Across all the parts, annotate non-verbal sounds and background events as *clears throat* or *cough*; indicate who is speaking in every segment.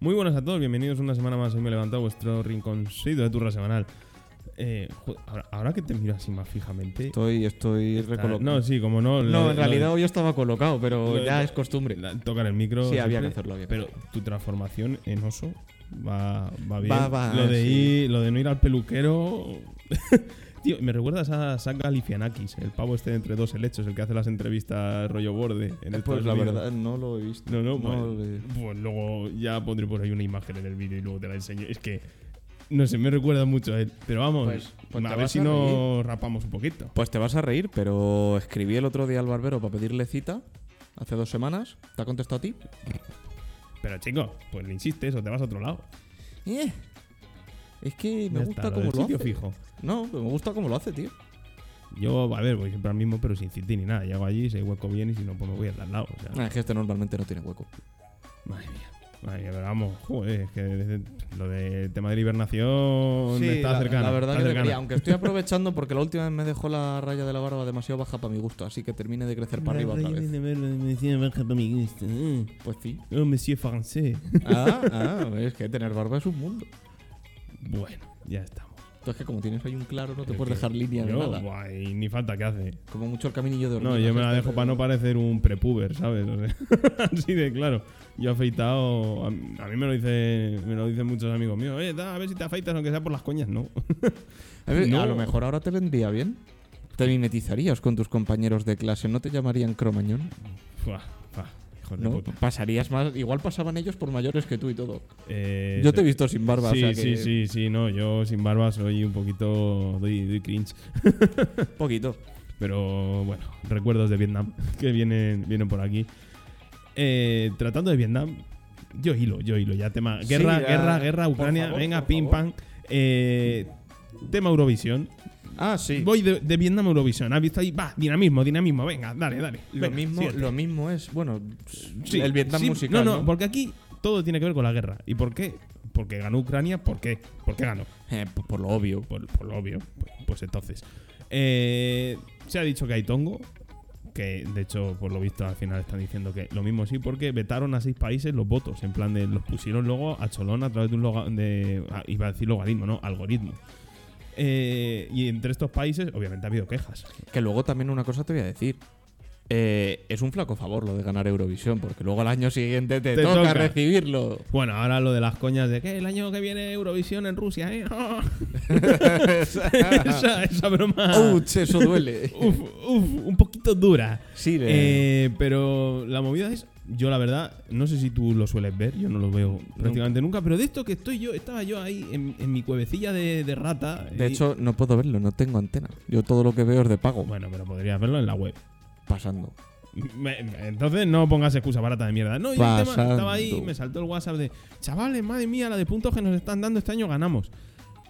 Speaker 1: Muy buenas a todos, bienvenidos una semana más. Hoy me he levantado vuestro rinconcito de turra semanal. Eh, jo- ahora, ahora que te miro así más fijamente.
Speaker 2: Estoy, estoy
Speaker 1: Ah,
Speaker 2: recolocado.
Speaker 1: No, sí, como no.
Speaker 2: No,
Speaker 1: lo-
Speaker 2: en
Speaker 1: lo-
Speaker 2: realidad yo estaba colocado, pero
Speaker 1: lo-
Speaker 2: ya
Speaker 1: lo-
Speaker 2: es costumbre.
Speaker 1: la- tocar el micro.
Speaker 2: sí, había que
Speaker 1: siempre.
Speaker 2: hacerlo bien.
Speaker 1: Pero tu transformación en oso va, va bien.
Speaker 2: Va- va,
Speaker 1: lo, de
Speaker 2: sí.
Speaker 1: ir- lo de no ir al peluquero. *laughs* Tío, me recuerdas a Zach Galifianakis, el pavo este de entre dos helechos, el que hace las entrevistas rollo borde. En
Speaker 2: pues
Speaker 1: Estados
Speaker 2: la
Speaker 1: Unidos.
Speaker 2: verdad no lo he visto.
Speaker 1: No, no, bueno.
Speaker 2: lo he-
Speaker 1: Pues luego ya pondré por ahí una imagen en el vídeo y luego te la enseño. Es que, no sé, me recuerda mucho a él. Pero vamos,
Speaker 2: Pues- pues
Speaker 1: a
Speaker 2: te
Speaker 1: ver
Speaker 2: vas
Speaker 1: si
Speaker 2: a
Speaker 1: nos rapamos un poquito.
Speaker 2: Pues te vas a reír, pero escribí el otro día al barbero para pedirle cita hace dos semanas. ¿Te ha contestado a ti?
Speaker 1: Pero chico, pues le insistes o te vas a otro lado.
Speaker 2: Eh, es que me
Speaker 1: Ya
Speaker 2: gusta
Speaker 1: está, lo
Speaker 2: cómo
Speaker 1: del
Speaker 2: lo
Speaker 1: sitio
Speaker 2: hace.
Speaker 1: fijo.
Speaker 2: No, me gusta cómo lo hace, tío.
Speaker 1: Yo, a ver, voy siempre al mismo, pero sin city ni nada. Llego allí, se hueco bien y si no, pues me voy al de al lado. o sea.
Speaker 2: Ah, es que este normalmente no tiene hueco.
Speaker 1: Madre mía. Madre mía, pero vamos, joder, es que desde- lo del tema de la hibernación está
Speaker 2: la,
Speaker 1: cercana.
Speaker 2: la verdad
Speaker 1: está
Speaker 2: que
Speaker 1: cercana.
Speaker 2: debería, aunque estoy aprovechando porque la última vez me dejó la raya de la barba demasiado baja para mi gusto, así que termine de crecer para arriba otra vez. Pues sí.
Speaker 1: Oh, monsieur français.
Speaker 2: Ah, ah, es que tener barba es un mundo.
Speaker 1: Bueno, ya estamos.
Speaker 2: Tú es que como tienes ahí un claro no te
Speaker 1: Es
Speaker 2: puedes
Speaker 1: que
Speaker 2: dejar línea de
Speaker 1: yo,
Speaker 2: nada.
Speaker 1: buah, y ni falta que hace.
Speaker 2: Como mucho el caminillo de
Speaker 1: No,
Speaker 2: hormigas
Speaker 1: yo me la
Speaker 2: este,
Speaker 1: dejo
Speaker 2: pero-
Speaker 1: para no parecer un prepuber, ¿sabes? O sea, *laughs* así de claro. Yo afeitado. A, a mí me lo, dice, me lo dicen muchos amigos míos. Oye, da, a ver si te afeitas, aunque sea por las coñas, no. *laughs*
Speaker 2: A, ver,
Speaker 1: No.
Speaker 2: a lo mejor ahora te vendría bien. Te mimetizarías con tus compañeros de clase, no te llamarían cromañón,
Speaker 1: Fua, fua, hijos de
Speaker 2: ¿no?
Speaker 1: puta.
Speaker 2: Pasarías más, igual pasaban ellos por mayores que tú y todo.
Speaker 1: Eh,
Speaker 2: Yo te he visto sin barba,
Speaker 1: Sí,
Speaker 2: o sea
Speaker 1: sí,
Speaker 2: que
Speaker 1: sí, sí, no, yo sin barba soy un poquito. Doy, doy cringe.
Speaker 2: poquito.
Speaker 1: Pero bueno, recuerdos de Vietnam *laughs* que vienen, vienen por aquí. Eh, tratando de Vietnam, yo hilo, yo hilo, ya tema.
Speaker 2: Sí,
Speaker 1: Guerra,
Speaker 2: ya.
Speaker 1: guerra, guerra,
Speaker 2: Por
Speaker 1: Ucrania,
Speaker 2: favor,
Speaker 1: venga,
Speaker 2: por
Speaker 1: pim pam.
Speaker 2: favor.
Speaker 1: Eh, tema Eurovisión.
Speaker 2: Ah, sí.
Speaker 1: Voy de, de Vietnam a Eurovisión, ¿has visto ahí? Va, dinamismo, dinamismo, venga, dale, dale.
Speaker 2: Lo
Speaker 1: venga,
Speaker 2: mismo,
Speaker 1: siguiente.
Speaker 2: lo mismo es, bueno,
Speaker 1: Sí,
Speaker 2: el Vietnam
Speaker 1: sí, No,
Speaker 2: musical.
Speaker 1: no,
Speaker 2: ¿no?
Speaker 1: porque aquí todo tiene que ver con la guerra. ¿Y por qué? Porque ganó Ucrania, ¿por qué? ¿Por qué ganó?
Speaker 2: Eh, por, por lo obvio.
Speaker 1: por, por lo obvio. Pues, pues entonces. Eh, se ha dicho que hay tongo. Que de hecho, por lo visto, al final están diciendo que lo mismo sí, porque vetaron a seis países los votos. En plan de los pusieron luego a Cholón a través de un loga- de, ah, iba a decir logaritmo, no, algoritmo. Eh, y entre estos países, obviamente ha habido quejas.
Speaker 2: Que luego también una cosa te voy a decir. Eh, es un flaco favor lo de ganar Eurovisión, porque luego al año siguiente te,
Speaker 1: Te
Speaker 2: toca,
Speaker 1: toca.
Speaker 2: recibirlo.
Speaker 1: *laughs* Bueno, ahora lo de las coñas de que el año que viene Eurovisión en Rusia, ¿eh? *laughs* esa, esa broma.
Speaker 2: ¡Ouch! Eso duele.
Speaker 1: Uf, uf, un poquito dura.
Speaker 2: sí, de-
Speaker 1: Eh, pero la movida es, yo la verdad, no sé si tú lo sueles ver, yo no lo veo prácticamente nunca, pero de esto que estoy yo, estaba yo ahí en, en mi cuevecilla de, de rata.
Speaker 2: de
Speaker 1: y-
Speaker 2: hecho, no puedo verlo, no tengo antena. Yo todo lo que veo es de pago,
Speaker 1: Bueno, pero podrías verlo en la web.
Speaker 2: pasando.
Speaker 1: Me- me- entonces no pongas excusa barata de mierda. No, yo el tema-
Speaker 2: Pasando.
Speaker 1: estaba ahí y me saltó el WhatsApp de, chavales, madre mía, la de puntos que nos están dando este año ganamos.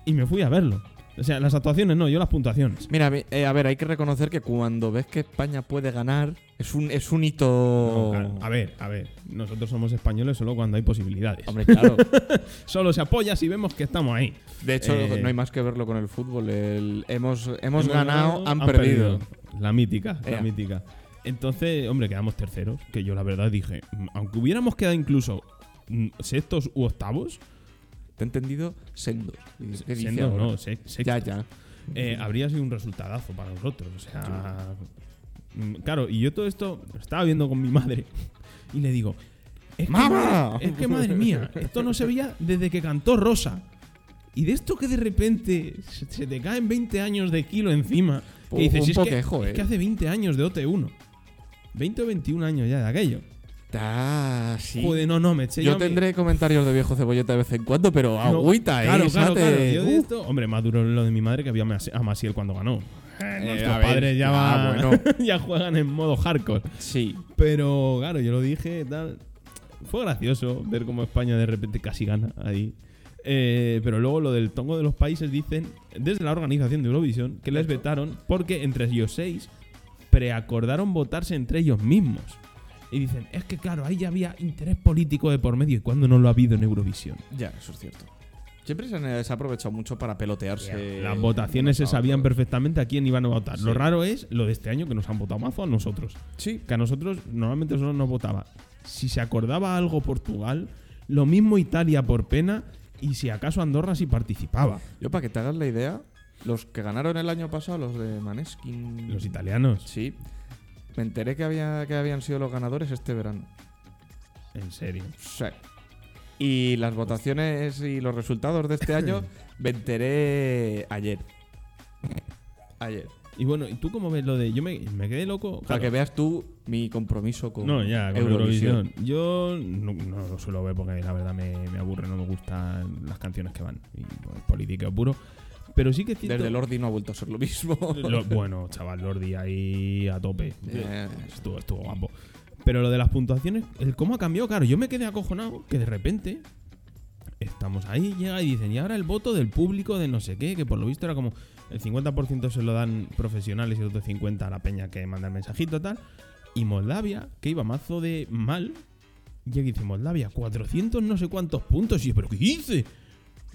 Speaker 1: Y me fui a verlo. O sea, las actuaciones no, yo las puntuaciones.
Speaker 2: Mira, a ver, eh, a ver, hay que reconocer que cuando ves que España puede ganar, es un, es un hito.
Speaker 1: Claro, A ver, a ver, nosotros somos españoles solo cuando hay posibilidades.
Speaker 2: Hombre, claro.
Speaker 1: Solo se apoya si vemos que estamos ahí.
Speaker 2: De hecho,
Speaker 1: *laughs* Eh.
Speaker 2: no hay más que verlo con el fútbol. El- hemos, hemos, ganado, han, perdido.
Speaker 1: La mítica, la
Speaker 2: Ea.
Speaker 1: mítica. Entonces, hombre, quedamos terceros, que yo la verdad dije, mm, aunque hubiéramos quedado incluso mm, sextos u octavos,
Speaker 2: Te he entendido sendos. Y dices, ¿qué dice
Speaker 1: siendo
Speaker 2: ahora?
Speaker 1: no, se- sextos,
Speaker 2: Ya, ya.
Speaker 1: eh, habría sido un resultadazo para nosotros. O sea, mm, claro, y yo todo esto lo estaba viendo con mi madre *laughs* y le digo, es que,
Speaker 2: ¡Mamá!
Speaker 1: madre, es que madre mía, esto no se veía desde que cantó Rosa. Y de esto que de repente se se te caen 20 años de kilo encima.
Speaker 2: Un-
Speaker 1: que dices,
Speaker 2: un
Speaker 1: "Es que-
Speaker 2: poquejo,
Speaker 1: es que
Speaker 2: eh.
Speaker 1: hace 20 años de OT1. 20 o 21 años ya de aquello.
Speaker 2: Ah, sí.
Speaker 1: Joder, no, no, me eché
Speaker 2: yo
Speaker 1: a mí-
Speaker 2: tendré comentarios de viejo cebolleta de vez en cuando, pero
Speaker 1: No,
Speaker 2: agüita,
Speaker 1: claro,
Speaker 2: eh.
Speaker 1: claro,
Speaker 2: Sate.
Speaker 1: claro. Yo de
Speaker 2: Uh,
Speaker 1: esto, hombre, más duro lo de mi madre que había a Masiel cuando ganó. Eh,
Speaker 2: Eh,
Speaker 1: nuestros
Speaker 2: a ver,
Speaker 1: padres ya,
Speaker 2: ah,
Speaker 1: van-
Speaker 2: bueno.
Speaker 1: *laughs* ya juegan en modo hardcore.
Speaker 2: Sí.
Speaker 1: Pero claro, yo lo dije, tal. Fue gracioso ver cómo España de repente casi gana ahí. Eh, pero luego lo del tongo de los países dicen, desde la organización de Eurovisión, que les vetaron porque entre ellos seis preacordaron votarse entre ellos mismos. Y dicen, es que claro, ahí ya había interés político de por medio y cuando no lo ha habido en Eurovisión.
Speaker 2: Ya, eso es cierto. Siempre se han eh, se ha aprovechado mucho para pelotearse.
Speaker 1: Las votaciones se
Speaker 2: unos a
Speaker 1: sabían
Speaker 2: otros.
Speaker 1: perfectamente a quién iban a votar. Lo
Speaker 2: Sí.
Speaker 1: raro es lo de este año que nos han votado mazo a nosotros.
Speaker 2: Sí.
Speaker 1: que a nosotros normalmente solo nos votaba. Si se acordaba algo Portugal, Lo mismo Italia por pena y si acaso Andorra sí participaba.
Speaker 2: Yo, para que te hagas la idea, los que ganaron el año pasado, los de Maneskin.
Speaker 1: Los italianos.
Speaker 2: Sí. Me enteré que, había, que habían sido los ganadores este verano.
Speaker 1: En serio.
Speaker 2: Sí. Y las votaciones y los resultados de *coughs* este año me enteré ayer. Ayer.
Speaker 1: Y bueno, ¿y tú cómo ves lo de.? Yo me, me quedé loco.
Speaker 2: Para
Speaker 1: claro.
Speaker 2: que veas tú mi compromiso con,
Speaker 1: No, ya, con
Speaker 2: Eurovisión.
Speaker 1: Eurovisión. Yo no, no lo suelo ver porque la verdad me, me aburre, no me gustan las canciones que van. Y bueno, es politiqueo puro. Pero sí que es cierto.
Speaker 2: Desde Lordi no ha vuelto a ser lo mismo. *laughs*
Speaker 1: Lo- bueno, chaval, Lordi ahí a tope.
Speaker 2: Eh,
Speaker 1: Estuvo, estuvo guapo. Pero lo de las puntuaciones, el cómo ha cambiado, claro, yo me quedé acojonado que de repente estamos ahí, llega y dicen, y ahora el voto del público de no sé qué, que por lo visto era como el 50% se lo dan profesionales y el otro 50% a la peña que manda el mensajito tal. Y Moldavia, que iba mazo de mal, llega y dice, Moldavia, 400 no sé cuántos puntos. Y yo, pero ¿qué dice?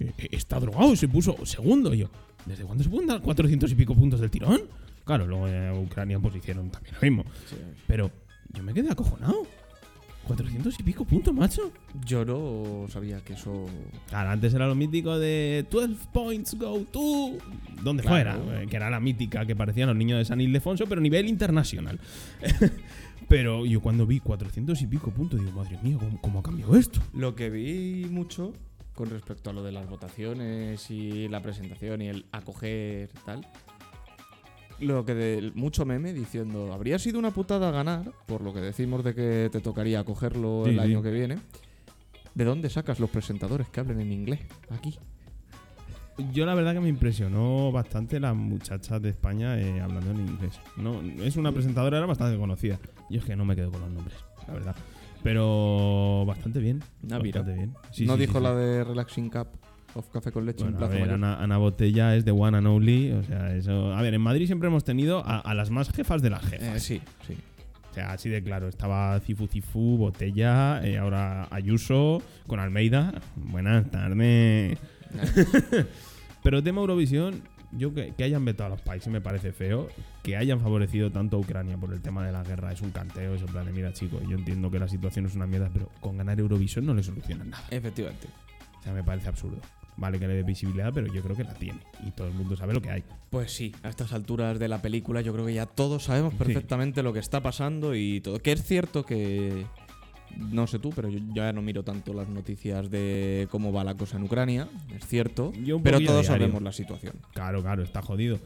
Speaker 1: Eh, eh, Está drogado, se puso segundo. Y yo, ¿desde cuándo se pueden dar 400 y pico puntos del tirón? Claro, luego en Ucrania pues hicieron también lo mismo.
Speaker 2: sí.
Speaker 1: Pero yo me quedé acojonado. 400 y pico puntos, macho.
Speaker 2: Yo no sabía que eso.
Speaker 1: Claro, antes era lo mítico de 12 points go to. ¿Dónde
Speaker 2: Claro.
Speaker 1: fuera? Eh, Que era la mítica que parecían los niños de San Ildefonso, pero a nivel internacional. *laughs* pero yo cuando vi 400 y pico puntos, digo, madre mía, ¿cómo, cómo ha cambiado esto?
Speaker 2: Lo que vi mucho con respecto a lo de las votaciones y la presentación y el acoger tal. Lo que de mucho meme diciendo, habría sido una putada ganar, por lo que decimos de que te tocaría acogerlo
Speaker 1: Sí,
Speaker 2: el
Speaker 1: sí.
Speaker 2: año que viene. ¿De dónde sacas los presentadores que hablen en inglés? Aquí.
Speaker 1: Yo la verdad que me impresionó bastante las muchachas de España eh, hablando en inglés. No, es una presentadora, era bastante conocida. Yo es que no me quedo con los nombres, la verdad. Pero bastante bien.
Speaker 2: Ah, mira.
Speaker 1: Bastante bien. Sí,
Speaker 2: no
Speaker 1: sí, sí,
Speaker 2: dijo
Speaker 1: sí.
Speaker 2: la de Relaxing Cup of Café con Leche
Speaker 1: Bueno,
Speaker 2: en
Speaker 1: a
Speaker 2: Plaza
Speaker 1: ver,
Speaker 2: Mayor.
Speaker 1: Ana, Ana Botella es de One and Only. O sea, eso. A ver, en Madrid siempre hemos tenido a, a las más jefas de las jefas.
Speaker 2: Eh, sí, sí.
Speaker 1: O sea, así de claro. Estaba Cifu Cifu, Botella, eh, ahora Ayuso, con Almeida. Buenas tardes. *laughs* Pero tema Eurovisión, yo que, que hayan vetado a los países me parece feo. Que hayan favorecido tanto a Ucrania por el tema de la guerra es un canteo. Es en plan de, mira, chicos, yo entiendo que la situación es una mierda, pero con ganar Eurovisión no le solucionan nada.
Speaker 2: Efectivamente.
Speaker 1: O sea, me parece absurdo. Vale que le dé visibilidad, pero yo creo que la tiene. Y todo el mundo sabe lo que hay.
Speaker 2: Pues sí, a estas alturas de la película yo creo que ya todos sabemos
Speaker 1: Sí.
Speaker 2: perfectamente lo que está pasando y todo. Que es cierto que... No sé tú, pero yo ya no miro tanto las noticias de cómo va la cosa en Ucrania, es cierto.
Speaker 1: Yo un
Speaker 2: Pero
Speaker 1: poquillo
Speaker 2: todos
Speaker 1: diario.
Speaker 2: sabemos la situación.
Speaker 1: Claro, claro, está jodido.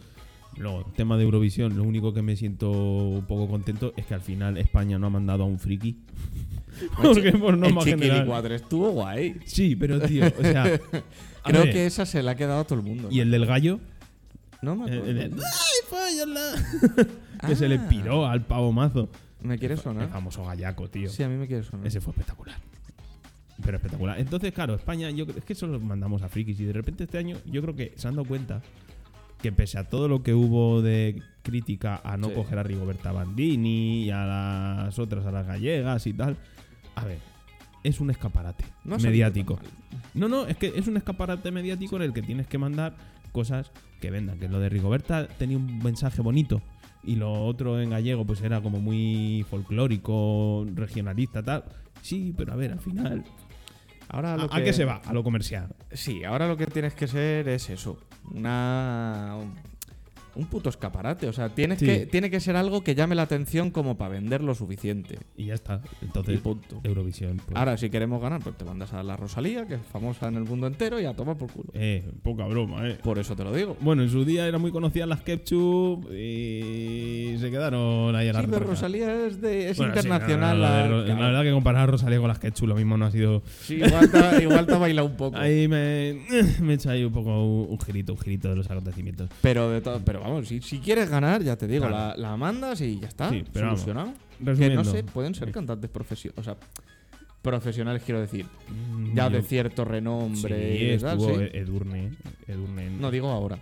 Speaker 1: Luego, tema de Eurovisión, lo único que me siento un poco contento es que al final España no ha mandado a un
Speaker 2: *laughs*
Speaker 1: friki. Porque por
Speaker 2: el
Speaker 1: norma general.
Speaker 2: Chiquilicuatre estuvo guay.
Speaker 1: Sí, pero tío, o
Speaker 2: *laughs*
Speaker 1: sea. a
Speaker 2: Creo
Speaker 1: ver,
Speaker 2: que esa se la ha quedado a todo el mundo.
Speaker 1: Y el del gallo.
Speaker 2: No me acuerdo.
Speaker 1: el- el- ¡Ay, fállala!
Speaker 2: *laughs*
Speaker 1: que se le
Speaker 2: Ah.
Speaker 1: piró al pavo mazo.
Speaker 2: ¿Me quiere
Speaker 1: El
Speaker 2: sonar?
Speaker 1: famoso gallaco, tío.
Speaker 2: Sí, a mí me quiere sonar.
Speaker 1: Ese fue espectacular. Pero espectacular. Entonces, claro, España, yo creo- es que solo mandamos a frikis. Y de repente este año, yo creo que se han dado cuenta que pese a todo lo que hubo de crítica a no
Speaker 2: Sí.
Speaker 1: coger a Rigoberta Bandini y a las otras, a las gallegas y tal. A ver, es un escaparate
Speaker 2: No ha salido
Speaker 1: mediático.
Speaker 2: tan mal.
Speaker 1: No, no, es que es un escaparate mediático en el que tienes que mandar cosas que vendan. Que lo de Rigoberta tenía un mensaje bonito y lo otro en gallego pues era como muy folclórico, regionalista, tal. Sí, pero a ver, al final...
Speaker 2: Ahora
Speaker 1: ¿A,
Speaker 2: lo
Speaker 1: a qué se va? A lo comercial.
Speaker 2: Sí, ahora lo que tienes que ser es eso. Una. Un puto escaparate. O sea, tienes
Speaker 1: Sí.
Speaker 2: que, tiene que ser algo que llame la atención como para vender lo suficiente.
Speaker 1: Y ya está.
Speaker 2: Y
Speaker 1: Entonces,
Speaker 2: punto.
Speaker 1: Eurovisión. pues,
Speaker 2: Ahora, si queremos ganar, pues te mandas a la Rosalía, que es famosa en el mundo entero, y a tomar por culo.
Speaker 1: Eh, poca broma, eh.
Speaker 2: Por eso te lo digo.
Speaker 1: Bueno, en su día eran muy conocidas las ketchup y se quedaron ahí en la
Speaker 2: Sí, pero
Speaker 1: retorca.
Speaker 2: Rosalía es, de, es
Speaker 1: Bueno, sí, no, no,
Speaker 2: internacional.
Speaker 1: no, lo de
Speaker 2: la-
Speaker 1: Ro-
Speaker 2: claro.
Speaker 1: la verdad que comparar a Rosalía con las ketchup lo mismo no ha sido...
Speaker 2: Sí, igual te, ha- igual te ha bailado un poco.
Speaker 1: Ahí me, *clears throat* me he hecho ahí un poco un, un girito, un girito de los acontecimientos.
Speaker 2: Pero de todo, pero vamos, si, si quieres ganar, ya te digo,
Speaker 1: Claro.
Speaker 2: la, la mandas y ya está.
Speaker 1: Sí, pero vamos.
Speaker 2: solucionado. Que
Speaker 1: Resumiendo.
Speaker 2: no sé, pues, pueden ser cantantes profesionales. O sea, profesionales, quiero decir.
Speaker 1: Mm,
Speaker 2: ya
Speaker 1: yo-
Speaker 2: de cierto renombre
Speaker 1: Sí,
Speaker 2: y tal,
Speaker 1: estuvo E-
Speaker 2: sí.
Speaker 1: Edurne. Edurne en-
Speaker 2: No digo ahora.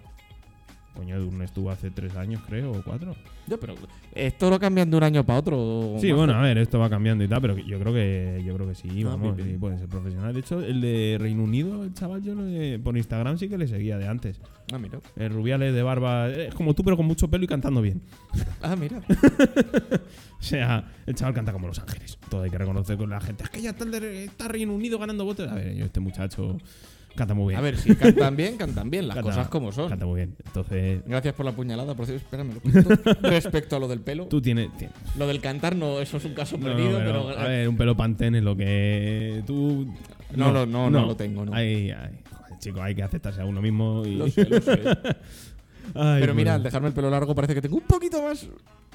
Speaker 1: Coño, Edurne estuvo hace tres años, creo, o cuatro.
Speaker 2: Ya, pero esto lo cambian de un año para otro. o
Speaker 1: Sí,
Speaker 2: más.
Speaker 1: bueno, a ver, esto va cambiando y tal, pero yo creo que yo creo que sí,
Speaker 2: Ah,
Speaker 1: vamos,
Speaker 2: bien, bien.
Speaker 1: sí, pueden ser profesionales. De hecho, el de Reino Unido, el chaval, yo le- por Instagram sí que le seguía de antes.
Speaker 2: Ah, mira.
Speaker 1: El Rubiales de barba, eh, es como tú, pero con mucho pelo y cantando bien.
Speaker 2: Ah, mira.
Speaker 1: O sea, el chaval canta como Los Ángeles. Todo hay que reconocer con la gente. Es que ya está, el de- está Reino Unido ganando votos. A ver, yo este muchacho canta muy bien.
Speaker 2: A ver, si cantan bien, cantan bien. Las
Speaker 1: Canta-
Speaker 2: cosas como son.
Speaker 1: Canta muy bien. Entonces,
Speaker 2: Gracias por la puñalada, por cierto.
Speaker 1: *laughs*
Speaker 2: Espérame. lo quito. Respecto a lo del pelo.
Speaker 1: tú tienes... tienes-
Speaker 2: Lo del cantar, no, eso es un caso
Speaker 1: no,
Speaker 2: perdido,
Speaker 1: no, pero,
Speaker 2: pero.
Speaker 1: a ver, un pelo pantén es lo que tú...
Speaker 2: No, no, no, no lo tengo, no.
Speaker 1: Ay, ay, joder, chico, hay que aceptarse a uno mismo y... *laughs*
Speaker 2: eh, Lo sé, lo sé.
Speaker 1: Ay,
Speaker 2: Pero mira, al
Speaker 1: bueno.
Speaker 2: dejarme el pelo largo parece que tengo un poquito más.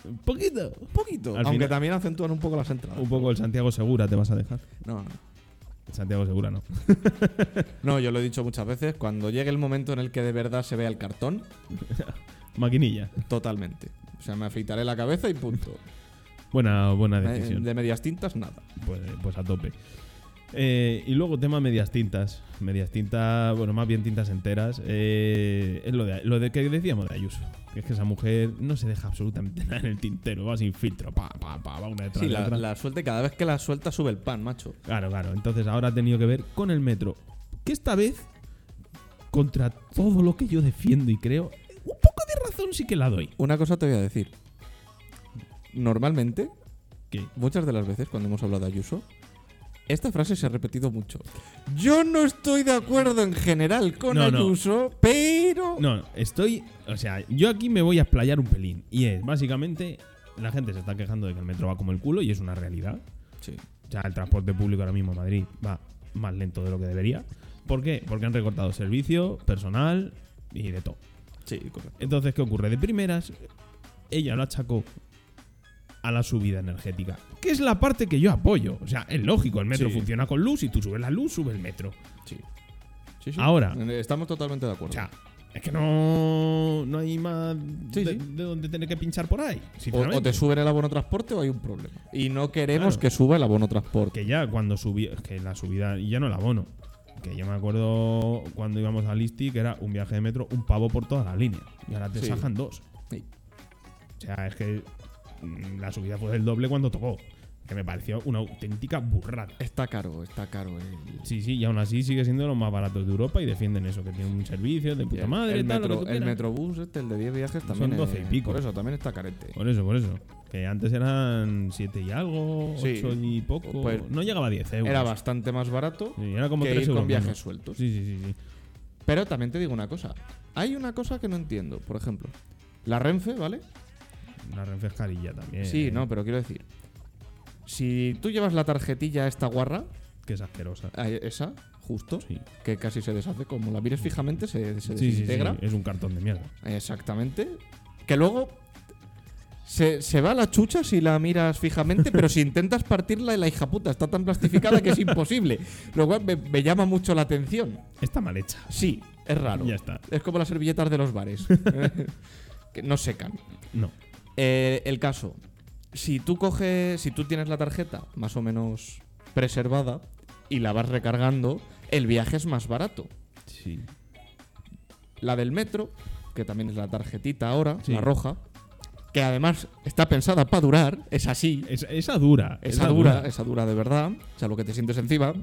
Speaker 1: Un poquito.
Speaker 2: Un poquito.
Speaker 1: Al
Speaker 2: Aunque
Speaker 1: final-
Speaker 2: también acentúan un poco las entradas.
Speaker 1: Un poco el Santiago Segura te vas a dejar.
Speaker 2: No, no.
Speaker 1: El Santiago Segura no.
Speaker 2: No, yo lo he dicho muchas veces. Cuando llegue el momento en el que de verdad se vea el cartón,
Speaker 1: Maquinilla.
Speaker 2: totalmente. O sea, me afeitaré la cabeza y punto.
Speaker 1: Buena, buena
Speaker 2: Eh,
Speaker 1: decisión.
Speaker 2: De medias tintas, nada.
Speaker 1: Pues, pues a tope. Eh, y luego tema medias tintas. Medias tintas, bueno, más bien tintas enteras. Eh, es lo de, lo de que decíamos de Ayuso. Que es que esa mujer no se deja absolutamente *laughs* nada en el tintero. Va sin filtro. Pa, pa, pa, va una detrás
Speaker 2: Sí,
Speaker 1: de
Speaker 2: la,
Speaker 1: otra.
Speaker 2: la suelta y cada vez que la suelta sube el pan, macho.
Speaker 1: Claro, claro. Entonces ahora ha tenido que ver con el metro. Que esta vez, contra todo lo que yo defiendo y creo, un poco de razón sí que la doy.
Speaker 2: Una cosa te voy a decir. Normalmente,
Speaker 1: ¿Qué?
Speaker 2: muchas de las veces cuando hemos hablado de Ayuso, esta frase se ha repetido mucho. Yo no estoy de acuerdo en general con
Speaker 1: No, no.
Speaker 2: Ayuso, pero...
Speaker 1: No, estoy. O sea, yo aquí me voy a explayar un pelín. Y es, básicamente, la gente se está quejando de que el metro va como el culo y es una realidad.
Speaker 2: Sí.
Speaker 1: O sea, el transporte público ahora mismo en Madrid va más lento de lo que debería. ¿Por qué? Porque han recortado servicio, personal y de todo.
Speaker 2: Sí, correcto.
Speaker 1: Entonces, ¿qué ocurre? De primeras, ella lo achacó a la subida energética, que es la parte que yo apoyo. O sea, es lógico, el metro
Speaker 2: Sí.
Speaker 1: funciona con luz y tú subes la luz, sube el metro.
Speaker 2: Sí. Sí, sí.
Speaker 1: Ahora.
Speaker 2: Estamos totalmente de acuerdo.
Speaker 1: O sea, es que no, no hay más
Speaker 2: Sí,
Speaker 1: de,
Speaker 2: sí.
Speaker 1: de donde tener que pinchar por ahí.
Speaker 2: O,
Speaker 1: Sinceramente.
Speaker 2: o te suben el abono transporte o hay un problema. Y no queremos
Speaker 1: Claro.
Speaker 2: que suba el abono transporte.
Speaker 1: que ya cuando subí, es que la subida, y ya no la abono. Que yo me acuerdo cuando íbamos a Listi, que era un viaje de metro, un pavo por toda la línea. Y ahora te
Speaker 2: Sí.
Speaker 1: sacan dos.
Speaker 2: Sí.
Speaker 1: O sea, es que mm, la subida fue el doble cuando tocó. Que me pareció una auténtica burrada.
Speaker 2: Está caro, está caro. el-
Speaker 1: Sí, sí, y aún así sigue siendo de los más baratos de Europa y defienden eso, que tiene un servicio de puta
Speaker 2: el-
Speaker 1: madre,
Speaker 2: el,
Speaker 1: tal, lo
Speaker 2: metro-
Speaker 1: que tú
Speaker 2: el
Speaker 1: quieras.
Speaker 2: metrobús, este, el de 10 viajes, también.
Speaker 1: Son 12 y
Speaker 2: es-
Speaker 1: pico.
Speaker 2: Por eso, también está carente.
Speaker 1: Por eso, por eso. Que antes eran 7 y algo,
Speaker 2: Sí.
Speaker 1: 8 y poco.
Speaker 2: Pues-
Speaker 1: no llegaba a 10 euros.
Speaker 2: Era bastante más barato
Speaker 1: Sí, era como
Speaker 2: que
Speaker 1: 3
Speaker 2: ir
Speaker 1: euros.
Speaker 2: con viajes
Speaker 1: menos.
Speaker 2: sueltos.
Speaker 1: Sí, sí, sí, sí.
Speaker 2: Pero también te digo una cosa. Hay una cosa que no entiendo. Por ejemplo, la Renfe, ¿vale?
Speaker 1: Una refrescarilla también.
Speaker 2: Sí, no, pero quiero decir. Si tú llevas la tarjetilla esta guarra,
Speaker 1: Que es asquerosa.
Speaker 2: a esa, justo,
Speaker 1: Sí.
Speaker 2: que casi se deshace, como la mires fijamente, se, se
Speaker 1: Sí, sí, sí,
Speaker 2: desintegra.
Speaker 1: Es un cartón de mierda.
Speaker 2: Exactamente. Que luego se, se va a la chucha si la miras fijamente,
Speaker 1: *laughs*
Speaker 2: pero si intentas partirla, la hija puta está tan plastificada que es imposible. Lo cual me, me llama mucho la atención.
Speaker 1: Está mal hecha.
Speaker 2: Sí, es raro.
Speaker 1: Ya está.
Speaker 2: Es como las servilletas de
Speaker 1: *laughs*
Speaker 2: los bares. que no secan.
Speaker 1: No.
Speaker 2: Eh, el caso. Si tú coges. Si tú tienes la tarjeta más o menos preservada y la vas recargando, el viaje es más barato.
Speaker 1: Sí.
Speaker 2: La del metro, que también es la tarjetita ahora,
Speaker 1: Sí.
Speaker 2: la roja, que además está pensada para durar, es así,
Speaker 1: Esa, esa dura.
Speaker 2: esa dura, este esa dura de verdad, o sea, lo que te sientes encima,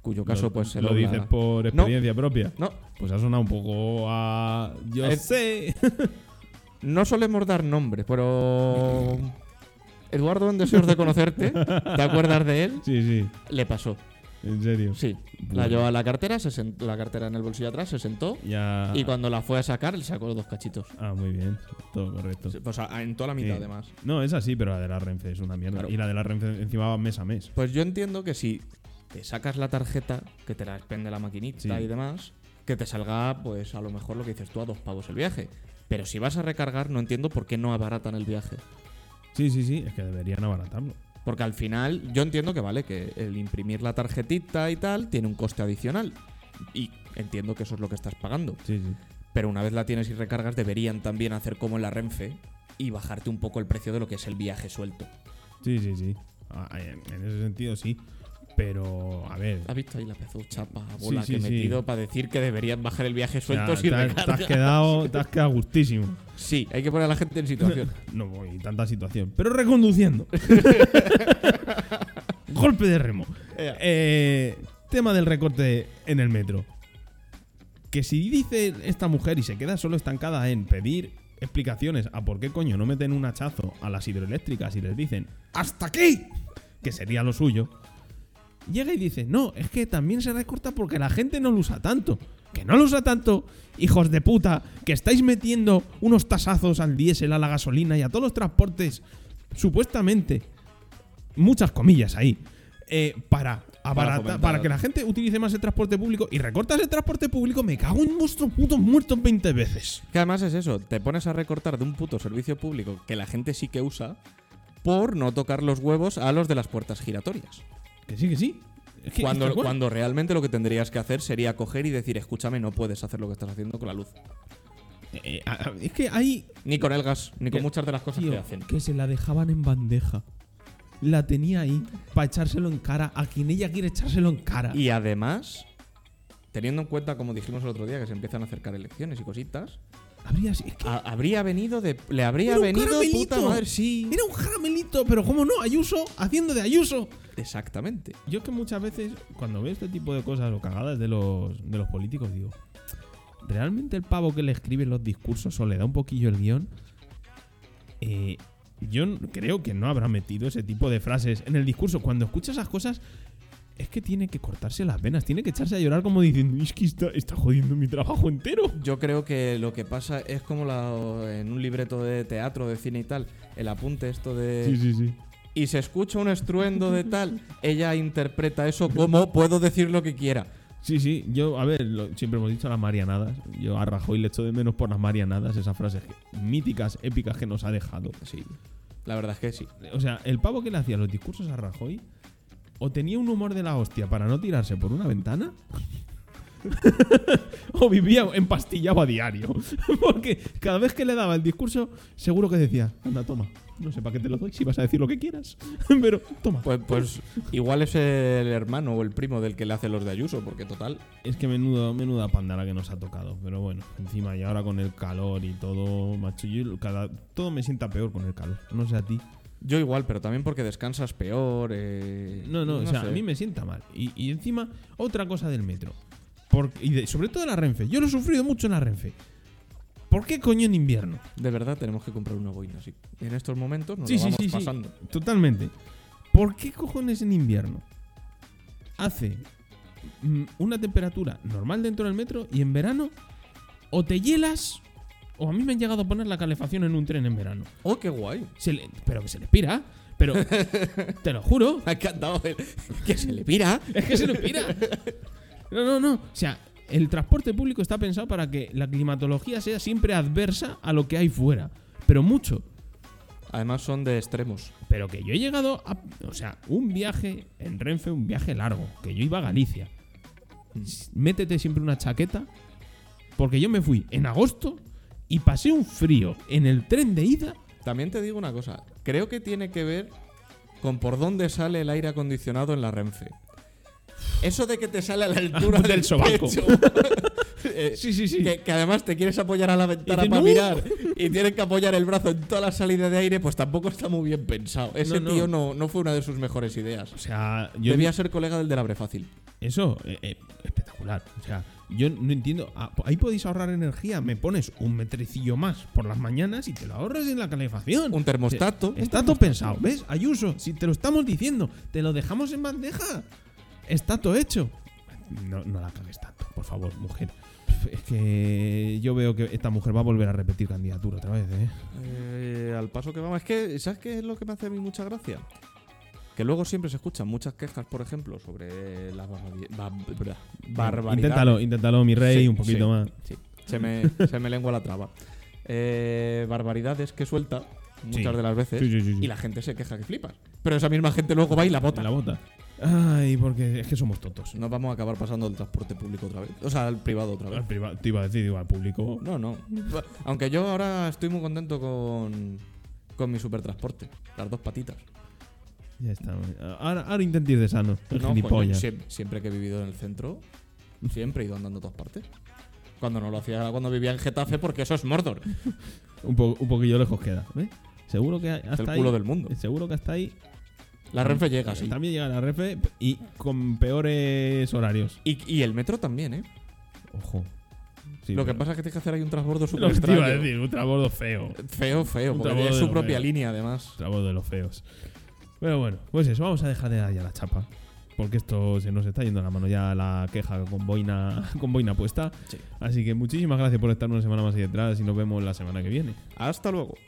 Speaker 2: cuyo caso
Speaker 1: Lo-
Speaker 2: pues se
Speaker 1: Lo
Speaker 2: dobla-
Speaker 1: dices por
Speaker 2: No.
Speaker 1: experiencia propia.
Speaker 2: No,
Speaker 1: Pues ha sonado un poco a. Yo
Speaker 2: Eh,
Speaker 1: sé. *laughs*
Speaker 2: no solemos dar nombres, pero... Eduardo, en deseos de conocerte, ¿te acuerdas de él?
Speaker 1: sí, sí.
Speaker 2: Le pasó,
Speaker 1: En serio.
Speaker 2: sí. La
Speaker 1: Bueno.
Speaker 2: llevó a la cartera, se sent- la cartera en el bolsillo atrás, se sentó
Speaker 1: Ya.
Speaker 2: y cuando la fue a sacar le sacó dos cachitos.
Speaker 1: Ah, muy bien. Todo correcto.
Speaker 2: O sea, en toda la mitad
Speaker 1: Sí.
Speaker 2: además.
Speaker 1: No, es así, pero la de la Renfe es una mierda.
Speaker 2: Claro.
Speaker 1: Y la de la Renfe encima va mes a mes.
Speaker 2: Pues yo entiendo que si te sacas la tarjeta, que te la expende la maquinita
Speaker 1: Sí.
Speaker 2: y demás, que te salga, pues a lo mejor lo que dices tú, a dos pavos el viaje. Pero si vas a recargar, no entiendo por qué no abaratan el viaje.
Speaker 1: Sí, sí, sí, es que deberían abaratarlo.
Speaker 2: Porque al final, yo entiendo que vale, que el imprimir la tarjetita y tal tiene un coste adicional. Y entiendo que eso es lo que estás pagando.
Speaker 1: Sí, sí.
Speaker 2: Pero una vez la tienes y recargas, deberían también hacer como en la Renfe y bajarte un poco el precio de lo que es el viaje suelto.
Speaker 1: Sí, sí, sí. Ah, en en ese sentido, sí. Pero, a ver.
Speaker 2: ¿Has visto ahí la pedazo chapa bola
Speaker 1: Sí, sí,
Speaker 2: que he
Speaker 1: sí.
Speaker 2: metido para decir que deberían bajar el viaje sueltos
Speaker 1: ya,
Speaker 2: y
Speaker 1: te, has- te
Speaker 2: recarga?
Speaker 1: has quedado, te has quedado gustísimo.
Speaker 2: Sí, hay que poner a la gente en situación.
Speaker 1: No voy tanta situación. Pero reconduciendo. Golpe de remo.
Speaker 2: Eh,
Speaker 1: Eh, tema del recorte en el metro. Que si dice esta mujer y se queda solo estancada en pedir explicaciones a por qué coño no meten un hachazo a las hidroeléctricas y les dicen ¡Hasta aquí! Que sería lo suyo. Llega y dice, no, es que también se recorta porque la gente no lo usa tanto. Que no lo usa tanto, hijos de puta, que estáis metiendo unos tasazos al diésel, a la gasolina y a todos los transportes, supuestamente, muchas comillas ahí, eh, para, abarata-
Speaker 2: fomentar.
Speaker 1: para que la gente utilice más el transporte público y recortas el transporte público, me cago en vuestros putos muertos 20 veces.
Speaker 2: que además es eso, te pones a recortar de un puto servicio público que la gente sí que usa por no tocar los huevos a los de las puertas giratorias.
Speaker 1: Que sí, que sí. Es que- es
Speaker 2: Cuando,
Speaker 1: tal cual.
Speaker 2: cuando realmente lo que tendrías que hacer sería coger y decir, escúchame, no puedes hacer lo que estás haciendo con la luz.
Speaker 1: Eh, a- a- es que hay
Speaker 2: Ni con el gas, ni con
Speaker 1: Que-
Speaker 2: muchas de las cosas
Speaker 1: Tío,
Speaker 2: que hacen.
Speaker 1: que se la dejaban en bandeja. La tenía ahí para echárselo en cara a quien ella quiere echárselo en cara.
Speaker 2: Y además, teniendo en cuenta, como dijimos el otro día, que se empiezan a acercar elecciones y cositas,
Speaker 1: Habría sido- es que
Speaker 2: a- habría venido de. Le habría
Speaker 1: Era un
Speaker 2: venido
Speaker 1: caramelito.
Speaker 2: puta madre, sí.
Speaker 1: era un jaramelito, pero cómo no, Ayuso haciendo de Ayuso.
Speaker 2: Exactamente.
Speaker 1: Yo es que muchas veces, cuando veo este tipo de cosas o cagadas de los, de los políticos, digo, ¿realmente el pavo que le escribe los discursos o le da un poquillo el guión? Eh, yo n- creo que no habrá metido ese tipo de frases en el discurso. Cuando escucha esas cosas, es que tiene que cortarse las venas, tiene que echarse a llorar como diciendo, es que está, está jodiendo mi trabajo entero.
Speaker 2: Yo creo que lo que pasa es como la- en un libreto de teatro, de cine y tal, el apunte esto de.
Speaker 1: Sí, sí, sí.
Speaker 2: Y se escucha un estruendo de
Speaker 1: *laughs*
Speaker 2: tal, ella interpreta eso como puedo decir lo que quiera.
Speaker 1: Sí, sí, yo, a ver, lo- siempre hemos dicho las marianadas. Yo a Rajoy le echo de menos por las marianadas, esas frases que- míticas, épicas que nos ha dejado.
Speaker 2: Sí. La verdad es que sí.
Speaker 1: O sea, el pavo que le hacía los discursos a Rajoy o tenía un humor de la hostia para no tirarse por una ventana *laughs* o vivía empastillado a diario. *laughs* Porque cada vez que le daba el discurso, seguro que decía, anda, toma. No sé para qué te lo doy si vas a decir lo que quieras. *laughs* Pero toma.
Speaker 2: Pues, pues igual es el hermano o el primo del que le hace los de Ayuso, porque total.
Speaker 1: Es que menudo, menuda panda la que nos ha tocado. Pero bueno, encima y ahora con el calor y todo, macho, yo cada, todo me sienta peor con el calor. No sé a ti.
Speaker 2: Yo igual, pero también porque descansas peor. eh,
Speaker 1: No, no, o sea,
Speaker 2: sé.
Speaker 1: a mí me sienta mal. Y, y encima, otra cosa del metro. Porque, y de- sobre todo de la Renfe. Yo lo he sufrido mucho en la Renfe. ¿Por qué coño en invierno?
Speaker 2: De verdad tenemos que comprar una boina, sí. En estos momentos nos
Speaker 1: Sí,
Speaker 2: lo
Speaker 1: sí,
Speaker 2: vamos
Speaker 1: sí, sí.
Speaker 2: pasando.
Speaker 1: Totalmente. ¿Por qué cojones en invierno? Hace mm, una temperatura normal dentro del metro y en verano o te hielas o a mí me han llegado a poner la calefacción en un tren en verano.
Speaker 2: ¡Oh, qué guay! *laughs*
Speaker 1: Se le- pero que se les pira. Pero te lo juro.
Speaker 2: Me ha encantado eh. el- que se le pira.
Speaker 1: *laughs* Es que se nos pira. No, no, no. O sea, el transporte público está pensado para que la climatología sea siempre adversa a lo que hay fuera. Pero mucho.
Speaker 2: Además son de extremos.
Speaker 1: Pero que yo he llegado a. O sea, un viaje en Renfe, un viaje largo. Que yo iba a Galicia. S- Métete siempre una chaqueta. Porque yo me fui en agosto y pasé un frío en el tren de ida.
Speaker 2: También te digo una cosa. Creo que tiene que ver con por dónde sale el aire acondicionado en la Renfe. Eso de que te sale a la altura
Speaker 1: *laughs* Del
Speaker 2: del,
Speaker 1: sobaco.
Speaker 2: pecho. Eh,
Speaker 1: Sí, sí, sí.
Speaker 2: Que, que además te quieres apoyar a la ventana
Speaker 1: dices,
Speaker 2: para
Speaker 1: "No".
Speaker 2: mirar y tienes que apoyar el brazo en toda la salida de aire, pues tampoco está muy bien pensado. Ese
Speaker 1: No, no.
Speaker 2: tío no, no fue una de sus mejores ideas.
Speaker 1: O sea, yo.
Speaker 2: Debía ser colega del de la Brefácil.
Speaker 1: Eso, eh, eh, espectacular. O sea, yo no entiendo. Ah, po- Ahí podéis ahorrar energía. Me pones un metricillo más por las mañanas y te lo ahorras en la calefacción.
Speaker 2: Un termostato.
Speaker 1: Está todo pensado, ¿ves? Ayuso, si te lo estamos diciendo, te lo dejamos en bandeja. Está todo hecho. No, no la cagues tanto, por favor, mujer. Es que yo veo que esta mujer va a volver a repetir candidatura otra vez, ¿eh?
Speaker 2: Eh, al paso que vamos. Es que, ¿sabes qué es lo que me hace a mí mucha gracia? Que luego siempre se escuchan muchas quejas, por ejemplo, sobre las barbaridades.
Speaker 1: Inténtalo, inténtalo, mi rey,
Speaker 2: Sí,
Speaker 1: un poquito
Speaker 2: sí,
Speaker 1: más.
Speaker 2: sí. Se, me, se me lengua la traba. Eh, barbaridades que suelta muchas
Speaker 1: Sí.
Speaker 2: de las veces.
Speaker 1: Sí, sí, sí, sí.
Speaker 2: Y la gente se queja que flipas. Pero esa misma gente luego va y la bota.
Speaker 1: La bota. Ay, porque es que somos totos.
Speaker 2: Nos vamos a acabar pasando al transporte público otra vez. O sea, al privado otra vez.
Speaker 1: Al privado, te iba a decir, digo, al público.
Speaker 2: No, no. Aunque yo ahora estoy muy contento con, con mi supertransporte. Las dos patitas.
Speaker 1: Ya está. hombre. Ahora, ahora intenta ir de sano. El
Speaker 2: No, coño,
Speaker 1: gilipollas.
Speaker 2: siempre, siempre que he vivido en el centro, siempre he ido andando a todas partes. Cuando no lo hacía, cuando vivía en Getafe, porque eso es Mordor.
Speaker 1: un, po- un poquillo lejos queda. ¿ves? Seguro que
Speaker 2: Es el
Speaker 1: hasta ahí.
Speaker 2: culo del mundo.
Speaker 1: Seguro que hasta ahí.
Speaker 2: La Renfe llega, sí.
Speaker 1: También llega la refe y con peores horarios.
Speaker 2: Y, y el metro también, ¿eh?
Speaker 1: Ojo. Sí,
Speaker 2: lo que
Speaker 1: pero-
Speaker 2: pasa es que tienes que hacer ahí un transbordo
Speaker 1: *laughs*
Speaker 2: súper
Speaker 1: Lo que te iba a
Speaker 2: extraño.
Speaker 1: decir, un trabordo feo.
Speaker 2: Feo, feo,
Speaker 1: Un
Speaker 2: porque
Speaker 1: transbordo
Speaker 2: tiene
Speaker 1: de
Speaker 2: su
Speaker 1: lo
Speaker 2: propia
Speaker 1: feo.
Speaker 2: línea, además.
Speaker 1: Trabajo de los feos. Pero bueno, pues eso, vamos a dejar de dar ya la chapa. Porque esto se nos está yendo a la mano ya la queja con boina, *laughs* con boina puesta.
Speaker 2: Sí.
Speaker 1: Así que muchísimas gracias por estar una semana más ahí detrás y nos vemos la semana que viene.
Speaker 2: Hasta luego.